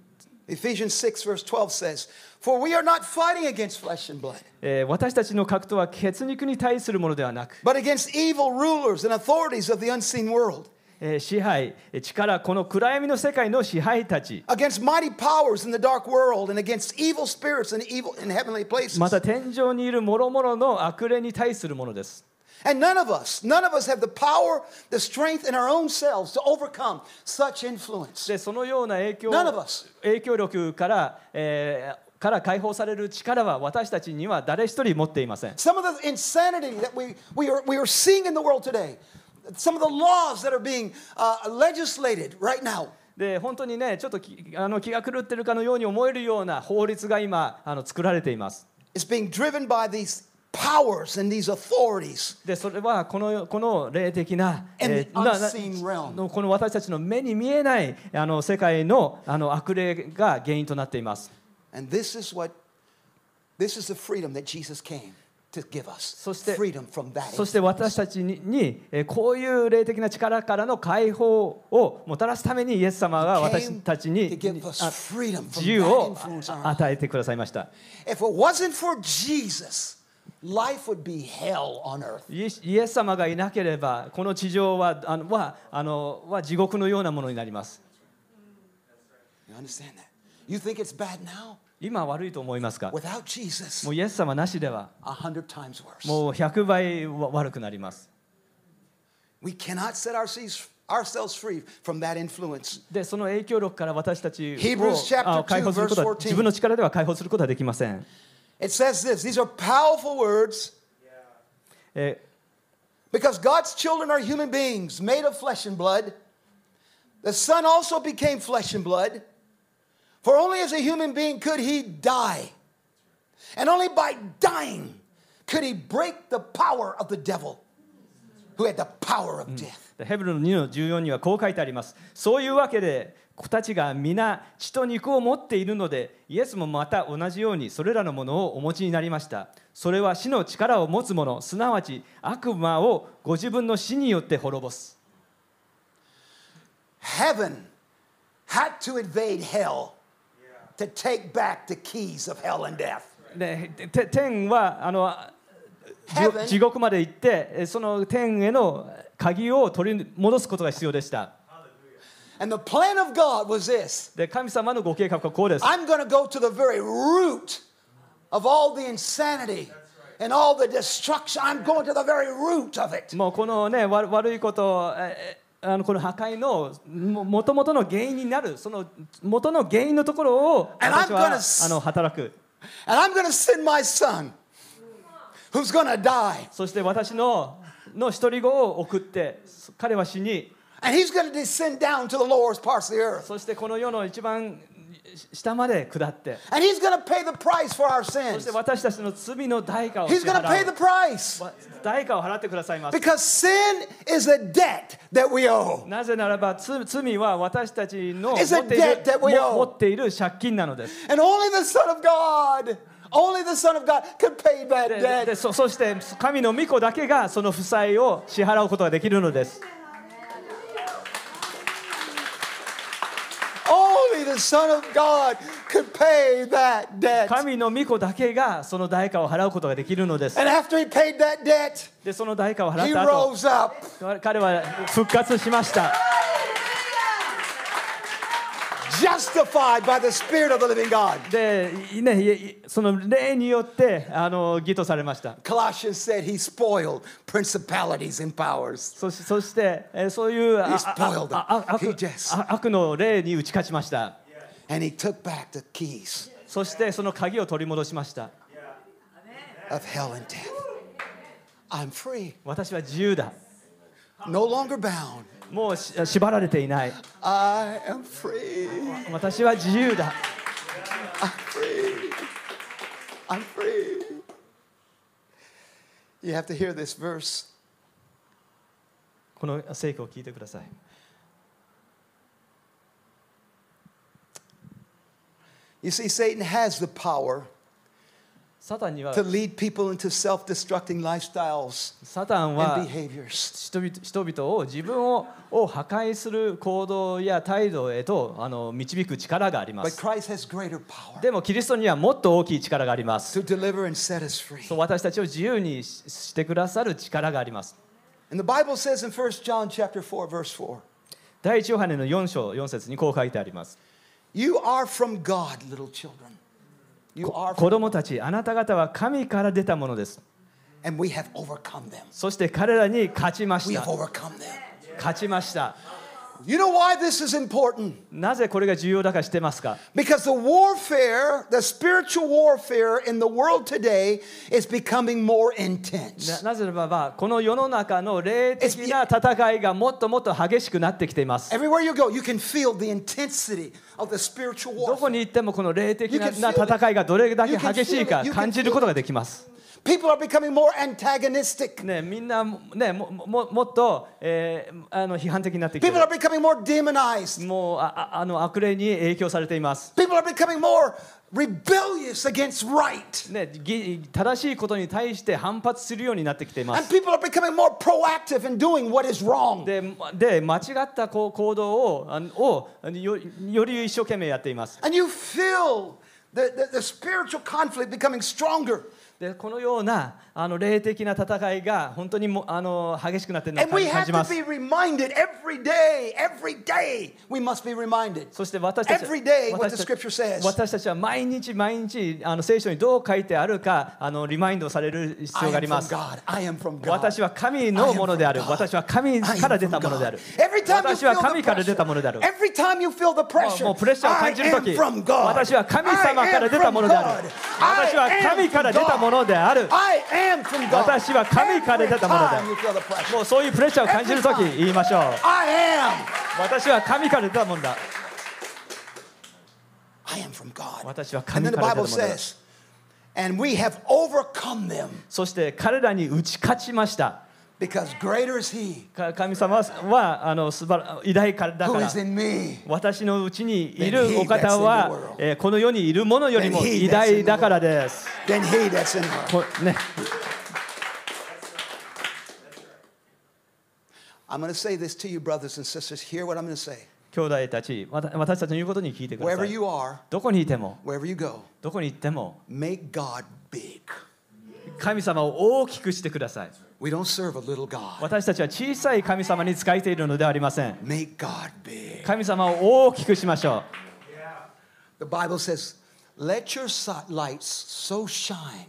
A: Ephesians 6, verse 12 says, For we are not fighting against flesh and blood,
B: えー私たちの格闘は血肉に対するものではなく、
A: but against evil rulers and authorities of the unseen world,
B: えー支配、えー力、この暗闇の世界の支配たち、
A: against mighty powers in the dark world, and against evil spirits in, evil, in heavenly places.
B: また天井にいる諸々の悪霊に対するものです。
A: And none of us, none of us have the power, the strength in our own selves to overcome such influence.
B: でそのような影響
A: None of us.
B: 影響力から、えーから解放される力は私たちには誰一人持っていません。
A: Some of the insanity that we, we, are, we are seeing in the world today, some of the laws that are being uh, legislated right now,
B: で本当にねちょっときあの気が狂ってるかのように思えるような法律が今あの作られています。
A: is being driven by these powers and these authorities.
B: でそれはこのこの霊的な、
A: And
B: え
A: the
B: ーな
A: unseen realm.
B: のこの私たちの目に見えないあの世界のあの悪霊が原因となっています。
A: And this is what, this is the freedom that Jesus came to give us
B: そして-
A: freedom from that.
B: そして私たちににえーこういう霊的な力からの解放をもたらすためにイエス様が
A: He
B: 私
A: came
B: たち
A: to
B: に
A: give us
B: あ
A: freedom from
B: 自由
A: that
B: を
A: influence on
B: あ与えてくださいました。
A: If it wasn't for Jesus, life would be hell on earth.
B: イエスイエス様がいなければこの地上はあのはあのは地獄のようなものになります。
A: You understand that? You think it's bad now?
B: 今悪いと思いますか
A: Without Jesus,
B: もうイエス様なしでは
A: a hundred times worse.
B: もう100倍わ悪くなります。
A: We cannot set our seas- ourselves free from that influence.
B: でその影響力から私たち
A: Hebrews chapter
B: をあ解放することは
A: two, verse 14
B: 自分の力では解放することはできません。
A: It says this these are powerful words
B: え
A: because God's children are human beings made of flesh and blood. The Son also became flesh and blood, for only as a human being could he die. And only by dying could he break the power of the devil, who had the power of death.
B: でヘブルの2の14にはこう書いてあります。そういうわけで子たちが皆血と肉を持っているのでイエスもまた同じようにそれらのものをお持ちになりました。それは死の力を持つ者すなわち悪魔をご自分の死によって滅ぼす。
A: heaven had to invade hell to take back the keys of hell and death.
B: でて天はあの地獄
A: Heaven
B: 地獄まで行ってえその天への鍵を取り戻すことが必要でした。
A: and the plan of God was this
B: で神様のご計画はこうです。
A: I'm going to go to the very root of all the insanity and all the destruction. I'm going to the very root of it.
B: もうこのねわ悪いことええあのこの破壊のもともとの原因になるその元の原因のところを
A: And I'm
B: 私は
A: gonna s-
B: あの働く
A: And I'm going to send my son who's going to die.
B: そして私のの独り子を送ってそ彼は死に
A: And he's going to descend down to the lowest parts of the earth.
B: そしてこの世の一番し下まで下って
A: And he's going to pay the price for our
B: そし
A: sins.
B: て私たちの罪の代価を支
A: He's going to pay
B: 払
A: the
B: う
A: price.
B: わ代価を払ってくださいます
A: Because sin is a debt that we owe.
B: なぜならばつ罪は私たちの持
A: It's a
B: っている
A: debt that we owe.
B: も持っている借金なのです
A: And only the Son of God, only the Son of God could pay that
B: で
A: debt.
B: そそして神の御子だけがその負債を支払うことができるのです。
A: Only the Son of God could pay that debt.
B: 神の御子だけがその代価を払うことができるのです。
A: And after he paid that debt,
B: で、その代価を
A: he
B: 払った後、
A: rose up.
B: 彼は復活しました。
A: Justified by the Spirit of the living God.
B: で、いね、いいその霊によってあの義とされました。
A: Colossians said he spoiled principalities and powers.
B: そしそして、えーそういうあ
A: He spoiled
B: あああ
A: them. He
B: 悪
A: just-
B: あ悪の霊に打ち勝ちました。
A: And he took back the keys
B: そしてその鍵を取り戻しました。
A: of hell and death. I'm free,
B: 私は自由だ。
A: no longer bound.
B: もうし縛られていない。
A: I am free.
B: 私は自由だ。
A: I'm free. I'm free. You have to hear this verse.
B: この聖句を聞いてください。
A: You see, Satan has the power
B: サタンには
A: to lead people into self destructing lifestyles
B: サタン
A: and
B: は
A: behaviors.
B: 人々人々を自分をを破壊する行動や態度へとあの導く力がありま
A: But
B: す
A: Christ has greater power
B: でもキリストにはもっと大きい力があります
A: to deliver and set us free.
B: そう私たちを自由にししてくださる力があります
A: And the Bible says in 1 John chapter 4 verse 4,
B: 第一ヨハネの4章4節にこう書いてあります
A: you are from God, little children. You are
B: 子
A: from
B: 供たちあなた方は神から出たものです
A: and we have overcome them.
B: そして彼らに勝ちまし
A: We
B: た
A: have overcome them.
B: 勝ちました
A: You know why this is important?
B: なぜこれが重要だか知ってますか
A: Because the warfare, the spiritual warfare in the world today is becoming more
B: な
A: intense.
B: なぜならばこの世の中の霊的な戦いがもっともっと激しくなってきています
A: Everywhere you go, you can feel the intensity of the spiritual
B: どこ
A: warfare.
B: に行ってもこの霊的
A: You
B: な
A: can feel it.
B: 戦いがどれだけ激しい
A: You can feel
B: か
A: it. You can
B: 感じることができます。
A: People are becoming more antagonistic.
B: ね、みんな、ね、もももっと、えーあの批判的になってきて
A: People
B: る
A: are becoming more demonized.
B: もうあああの悪霊に影響されています、
A: People are becoming more rebellious against right.
B: ね、ぎ正しいことに対して反発するようになってきていま
A: And
B: す
A: people are becoming more proactive in doing what is wrong.
B: でで間違ったこう行動をあのをあのよより一生懸命やっています
A: And you feel the, the, the spiritual conflict becoming stronger.
B: でこのようなあの霊的な戦いが本当にもあの激しくなっているの
A: And
B: を感
A: we
B: じ感
A: have
B: じま
A: to
B: す
A: be reminded every day, every day, we must be reminded.
B: そして私たち
A: Every day what
B: 私
A: the
B: た
A: scripture says.
B: 私たちは毎日毎日あの聖書にどう書いてあるかあのリマインドされる必
A: I
B: 要が
A: am
B: ありま
A: from
B: す。
A: God. I am from God.
B: 私は神のものである
A: I am from。God.
B: 私は神
A: I am
B: から出た
A: from
B: ものである
A: God.。Every time you
B: 私は
A: feel the
B: 神から出たもので
A: pressure,
B: ある。
A: every time you feel the
B: もうも
A: pressure,
B: うプレッシャーを
A: I
B: 感じると
A: am
B: き、
A: from God.
B: 私は神様から出たものである。
A: I
B: 私は
A: am
B: 神
A: from
B: から出たものである
A: God.。I am from God.
B: 私は神から出たものである
A: Every time you feel the pressure,
B: もうそういうプレッシャーを感じるとき
A: Every time.
B: 言いましょう。
A: I am.
B: 私は神から出たものだ。
A: I am from God.
B: 私は
A: And
B: 神
A: then
B: か
A: the
B: ら出た
A: Bible
B: ものだ。
A: says, and we have overcome them
B: そして彼らに打ち勝ちました。
A: because greater is He
B: か神様はあの素晴ら偉大からだ
A: who
B: から
A: is in me
B: 私のうちにい
A: Then he
B: る
A: that's
B: お方
A: in the world.
B: は、えーこの世にいるものよりも
A: Then he that's
B: 偉大だからです。
A: than He that's in her.
B: こね、
A: I'm going to say this to you, brothers and sisters. Hear what I'm going to say.
B: 兄弟たちわた私たちの言うことに聞いてくだ
A: Wherever
B: さい。
A: you are,
B: どこにいても、
A: wherever you go,
B: どこに行っても、
A: make God big.
B: 神様を大きくしてください。
A: We don't serve a little God.
B: 私たちは小さい神様に仕えているのではありません。
A: Make God big.
B: 神様を大きくしましょ
A: The Bible says, let your si- lights so shine.
B: う。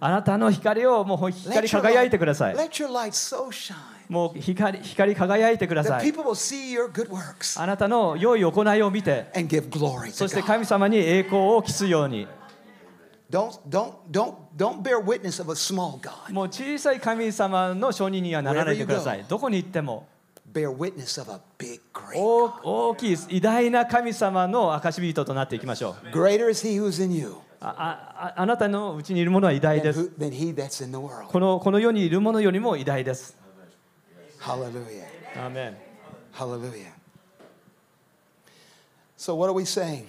B: あなたの光をもう
A: Let
B: 光
A: your,
B: 輝い
A: light,
B: てください。
A: let your light so shine
B: もう光光り輝いてくだ
A: that
B: さい。
A: people will see your good works
B: あなたの良い行いを見て、
A: and give glory
B: そ
A: to
B: して
A: God.
B: 神様に栄光を期すように。
A: Don't, don't, don't, don't bear witness of a small God.
B: もう小さい神様の承認にはならないでくださ
A: Wherever
B: い
A: you。
B: どこに行っても
A: Bear witness of a big, great.
B: 大大きい偉大な神様の証人となっていきましょう。
A: Greater is He who's in you
B: あああなたのうちにいるものは偉大
A: than,
B: で
A: who,
B: す。
A: than He that's in the world.
B: このこの世にいるものよりも偉大です。
A: Hallelujah.
B: アーメン
A: Hallelujah. So, what are we saying?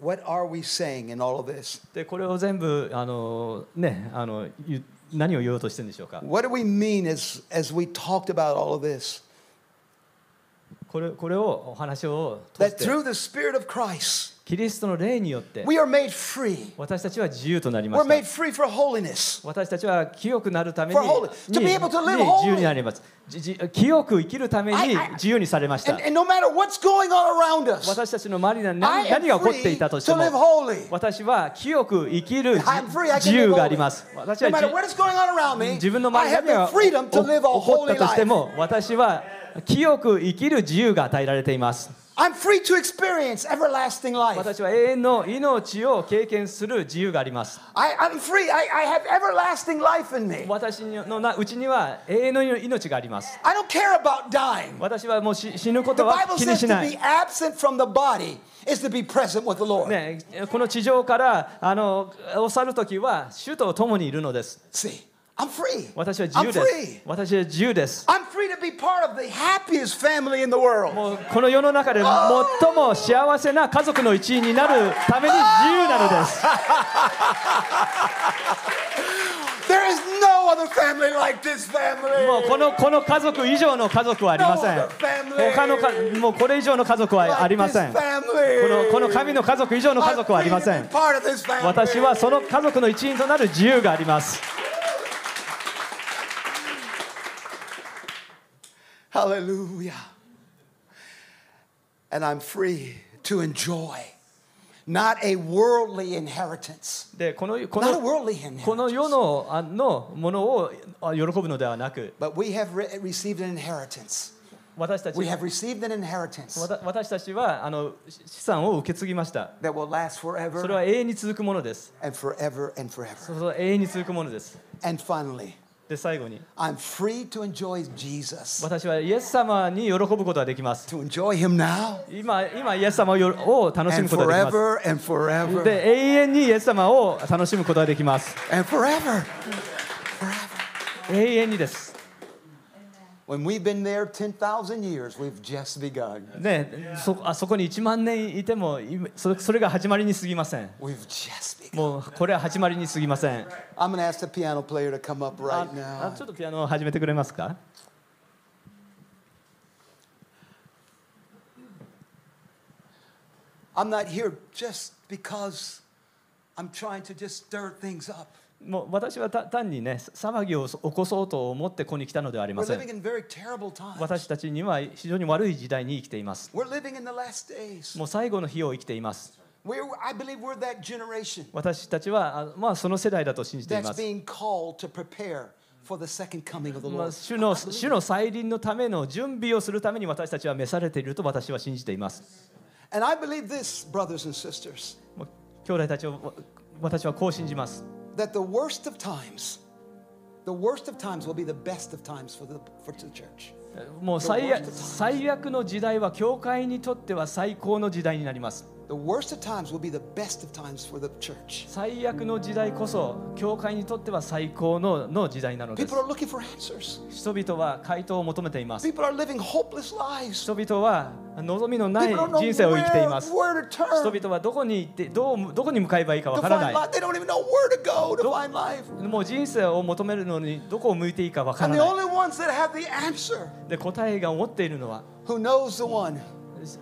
A: What are we saying in all of this?
B: でこれを全部あの、ね、あの言う何を言おうとしてるんでしょうか
A: What do we mean as, as we talked about all of this?
B: これこれをお話を通し
A: That
B: て
A: through the Spirit of Christ,
B: キリストの霊によって
A: we are made free.
B: 私たちは自由となりま
A: We're
B: した
A: made。free for holiness.
B: 私たちは清くなるために
A: For holy- to
B: に
A: be able to live
B: に自由になります。じじ清く生きるため
A: I-
B: に
A: I-
B: 自由にされました
A: And,。and no matter what's going on around us,
B: 私たちの周りには
A: I
B: 何
A: am
B: 何が起こっ
A: free
B: ていたとして
A: to live
B: も
A: holy.
B: 私は清く生きる
A: I'm free, I
B: 自
A: can
B: 由
A: live
B: があ
A: holy.
B: ります。私
A: No
B: は
A: matter
B: じ
A: what is going on around me,
B: 自分の
A: I
B: 周り
A: have
B: に
A: the
B: 何が
A: freedom to
B: お
A: live a
B: 起こっ
A: holy
B: たとして
A: life.
B: も私は清く生きる自由が与えられています。
A: I'm free to experience everlasting life.
B: 私は永遠の命を経験する自由があります。
A: I, I'm free. I, I have everlasting life in me.
B: 私のなうちには永遠の命があります。
A: I don't care about dying.
B: 私はもう死死ぬこ
A: The
B: とは
A: Bible
B: 気に
A: says
B: し
A: to
B: ない
A: be。absent from the body is to be present with the Lord.
B: ね、この地上からあのお去る時は主と共にいるのです
A: See, I'm free.
B: 私は自
A: I'm
B: 由です
A: free.
B: 私は自由です
A: I'm free to be part of the happiest family in the world.
B: もうこの世の中で最も幸せな家族の一員になるために自由なのです
A: There is no other family like this family.
B: もうこのこの家族以上の家族はありません
A: No other family.
B: 他のかもうこれ以上の家族はあり
A: Like
B: ま
A: this
B: せんこ
A: family.
B: のこの神の家族以上の家
A: I'm
B: 族はあ
A: free
B: りませ
A: to
B: ん
A: be part of this family.
B: 私はその家族の一員となる自由があります
A: Hallelujah. And I'm free to enjoy not a worldly inheritance.
B: でこのこ
A: Not a
B: の
A: worldly
B: この
A: inheritance.
B: 世のあのものをあ喜ぶのではなく
A: But we have re- received an inheritance.
B: 私たち
A: We have received an inheritance
B: わた私たちはあのし資産を受け継ぎました
A: that will last
B: それは
A: forever
B: 永遠に続くものです
A: and forever and
B: そ
A: forever.
B: れは永遠に続くものです
A: And finally,
B: で最後に
A: I'm free to enjoy Jesus.
B: 私はイエス様に喜ぶことができます
A: To enjoy Him now
B: 今今イエス様をよを楽しむ
A: and
B: ことができま
A: forever and
B: す
A: forever
B: で永遠にイエス様を楽しむことができます
A: and forever. Forever.
B: 永遠にです、
A: When we've been there 10,000 years, we've just begun.
B: ね、そあそこに1万年いても今そそれが始まりに過ぎません
A: We've just begun.
B: もうこれは始まりに過ぎません
A: I'm going to ask the piano player to come up
B: あ
A: right
B: あ
A: now.
B: ちょっとピアノを始めてくれますか
A: I'm not here just because I'm trying to just stir things up.
B: もう私はた単にね騒ぎを起こそうと思ってここに来たのではあり
A: We're
B: ません
A: living in very terrible times.
B: 私たちには非常に悪い時代に生きています
A: We're living in the last days.
B: もう最後の日を生きています。
A: We're, I believe we're that generation
B: 私たちは、あまあ、その世代だと信じてい
A: that's
B: ます。
A: being called to prepare for the second coming of the
B: まあ、
A: Lord.
B: 主の主の再臨のための準備をするために私たちは召されていると私は信じています。
A: And I believe this, brothers and sisters,
B: もう兄弟たちをわ私はこう信じます。
A: that the worst of times, the worst of times will be the best of times for the, for the church.
B: もう最悪最悪の時代は教会にとっては最高の時代になります。
A: The worst of times will be the best of times for the church.
B: 最悪の時代こそ教会にとっては最高のの時代なのです。
A: People are looking for answers.
B: 人々は回答を求めています。
A: People are living hopeless lives.
B: 人々は望みのない
A: People don't know
B: 人生を生きています
A: where- where to turn.
B: 人々はどこに行ってどうどこに向かえばいいか
A: To
B: わからな
A: find
B: い
A: life. They don't even know where to go to find life.
B: もう人生を求めるのにどこを向いていいかわか
A: And
B: ら
A: the
B: ない
A: only ones that have the answer
B: で答えが持っているのは
A: who knows the one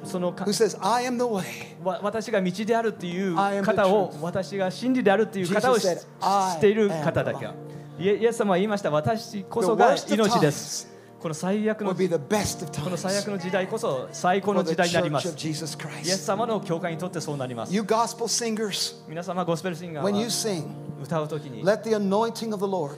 B: そのか
A: who says, I am the way.
B: わ私が道であるっていう
A: I am the
B: 方を
A: truth.
B: 私が真理であるっていう方を
A: Jesus
B: 知
A: said,
B: 知っている方だけ
A: I am
B: イエイエス様は言いました私こそが
A: The worst of
B: 命ですこの最悪
A: Will
B: の
A: be
B: こ
A: the best of times
B: の最悪の時代こそ最高
A: for
B: の
A: the
B: 時代になりま
A: church
B: す
A: of Jesus
B: イエス
A: Christ.
B: 様の教会にとってそうなります
A: You gospel singers,
B: 皆様ゴスペルシンガー
A: when you
B: は
A: sing,
B: 歌うときに
A: let the anointing of the Lord,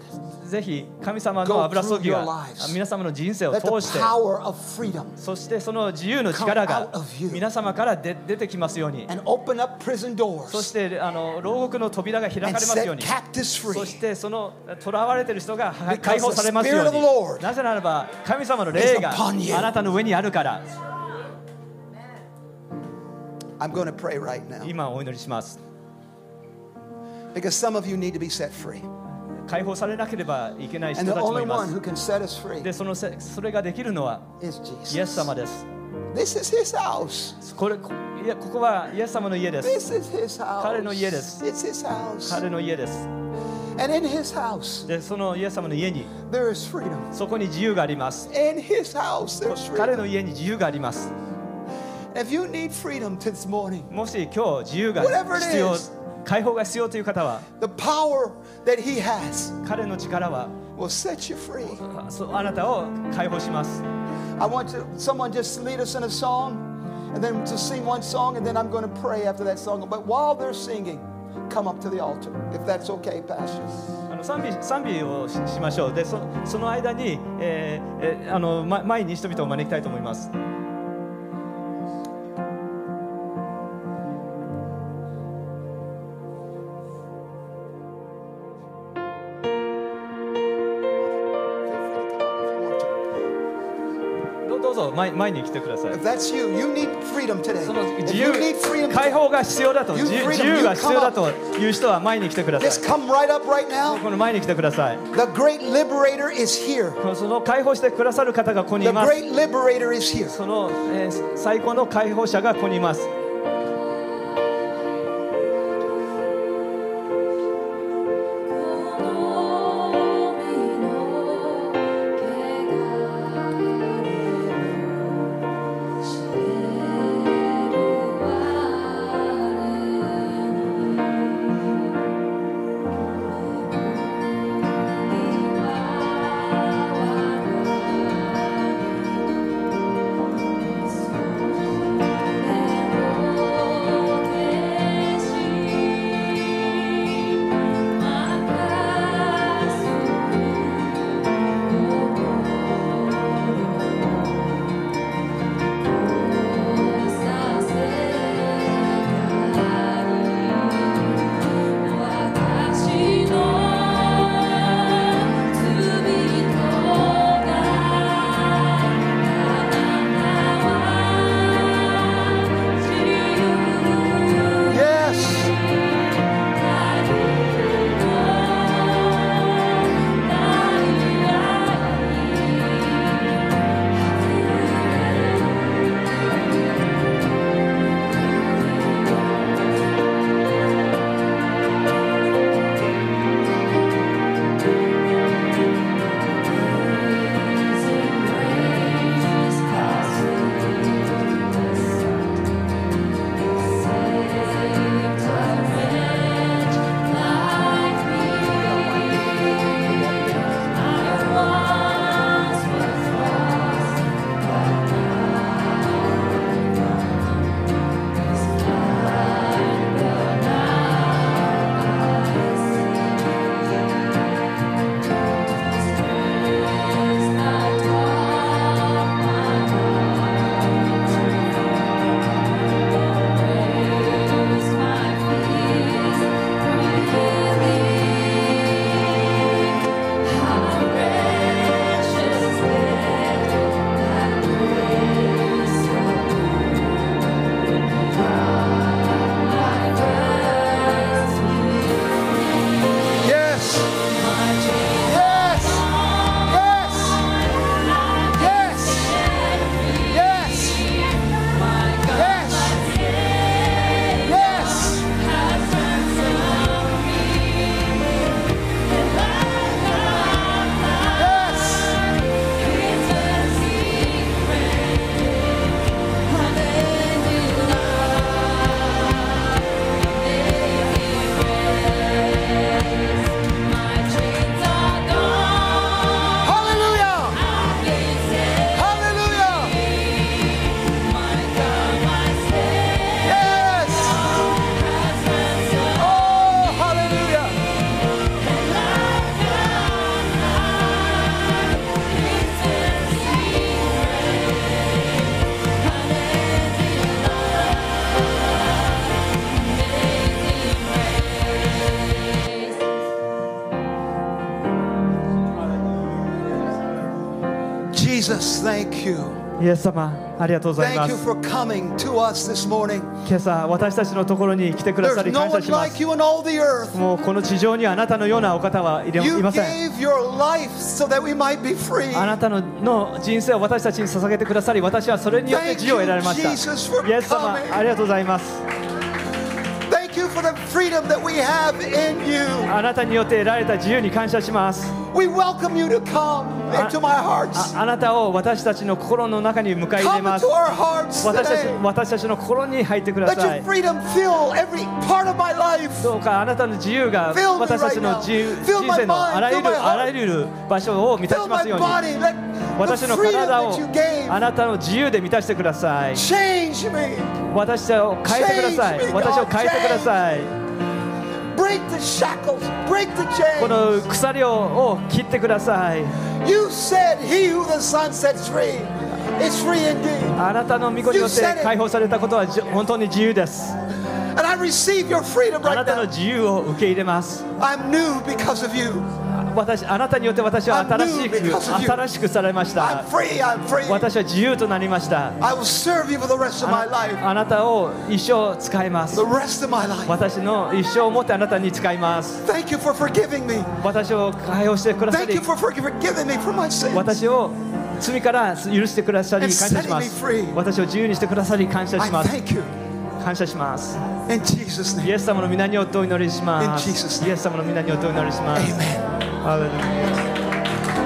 B: ぜひ神様の油注ぎ
A: Go through your
B: が
A: lives.
B: 皆様の人生を
A: let
B: 通
A: the
B: して
A: power of freedom
B: そしてその自由の力
A: come
B: が
A: out of you.
B: 皆様からで出てきますように
A: and open up prison
B: そ
A: doors
B: してあの牢獄の扉が開かれ
A: and
B: ますよう
A: set
B: に
A: captives
B: そ
A: free.
B: してその囚われている人が
A: Because
B: 解放されますよ
A: the Spirit of
B: う
A: the Lord
B: になぜならば神様の霊が
A: is upon you.
B: あなたの上にあるから
A: I'm going to pray right now
B: 今お祈りします
A: because some of you need to be set free.
B: 解放されなければいけない人
A: And the
B: たちも
A: only
B: いま
A: one
B: す
A: who can set us free
B: でそのせそれができるのは
A: is
B: イエス
A: Jesus.
B: 様です
A: This is his house.
B: これこいやここはイエス様の家です
A: This is his house.
B: 彼の家です。
A: It's his house.
B: 彼の家です
A: And in his house,
B: でそのイエス様の家に
A: there is freedom.
B: そこに自由があります
A: In his house, there's
B: 彼
A: freedom.
B: の家に自由があります
A: If you need freedom this morning,
B: もし今日自由が
A: Whatever it
B: 必要
A: is.
B: 解放が必要という方は
A: the power that he has
B: 彼の力は
A: will set you free.
B: あそうあなたを解放します
A: I want to, someone just lead us in a song and then to sing one song, and then I'm going to pray after that song. But while they're singing, come up to the altar if that's okay, Pastor.
B: あの賛美賛美をししましょうでそその間に、えーえーあのま前に人々を招きたいと思います
A: Feel free to come up if you want to.
B: どどうぞ前前に来てください
A: If that's you, you need freedom today.
B: その
A: If
B: 自
A: you need
B: 由
A: freedom
B: 解
A: today,
B: 放が必要だと
A: You
B: 自由
A: freedom,
B: 自由
A: you
B: が必要だという人は前に来てください
A: just come right up right now.
B: この前に来てください
A: The great liberator is here.
B: このその解放してくださる方がここに
A: The
B: います
A: great liberator is here.
B: その、えー最高の解放者がここにいます。
C: この身の毛がれ知れる我に私の罪とが「自由になりたい」
A: Yes. Oh, イエス Jesus, thank you.
B: イエス様、ありがとうございま
A: Thank
B: す
A: you。for coming to us this morning.
B: 今朝、私たちのところに来てくださ
A: There's
B: り
A: no
B: 感謝
A: one
B: します
A: like。you in all the earth.
B: もうこの地上にはあなたのようなお方はいれい
A: You
B: ません。
A: gave your life so that we might be free.
B: あなたのの人生を私たちに捧げてくださり、私はそれによって自由を得られました。
A: Thank you, Jesus, for
B: イエス様、
A: coming.
B: ありがとうございます。
A: Thank you for the freedom that we have in you.
B: あなたによって得られた自由に感謝します。
A: We welcome you to come into my hearts.
B: ああなたを私たちの心の中に迎え入
A: Come
B: れます
A: into。our hearts
B: 私たち
A: today.
B: 私たちの心に入ってくだ
A: Let
B: さ
A: your
B: い。
A: freedom fill every part of my life.
B: どうかあなたの自由が
A: Fill me
B: 私たちの自由
A: right now. Fill
B: 人
A: my
B: 生の
A: mind.
B: あらゆ
A: Fill my
B: る
A: heart.
B: あらゆる場所を満た
A: Fill
B: しま
A: my
B: すように
A: body. Let
B: 私
A: the
B: の
A: freedom
B: 体を
A: that you
B: あ
A: gave
B: なたの自由で満たしてください
A: change me.
B: 私を変えてくださ
A: Change
B: い
A: me,
B: 私を
A: God.
B: 変えてください
A: Break the shackles. Break the
B: こ
A: chains.
B: の鎖を切ってください
A: You said, He who the Son sets free is free indeed.
B: あなたの御子によって
A: You said it.
B: 解放されたことはじ本当に自由です
A: And I receive your freedom
B: あ
A: right
B: なたの
A: now.
B: 自由を受け入れます
A: I'm new because of you.
B: 私私あなたによって私は新し
A: I'm new
B: く
A: because of you.
B: 新しくされまし
A: I'm
B: た
A: free. I'm free.
B: 私は自由となりました
A: I will serve you for the rest of my
B: あ
A: life.
B: なあなたを一生使います
A: The rest of my life.
B: 私の一生をもってあなたに使います
A: Thank you for forgiving me.
B: 私を解放してくださ
A: Thank
B: り
A: you for forgiving me for my sins.
B: 私を罪から許してくださり
A: And
B: 感謝しま
A: setting
B: す
A: me free.
B: 私を自由にしてくださり感謝
A: I
B: します
A: thank you.
B: 感謝します
A: In Jesus'
B: イ
A: name.
B: エス様の皆によってお祈りしま
A: In Jesus'
B: す
A: name.
B: イエス様の皆によってお祈りします
A: Amen.
B: ハレルヤ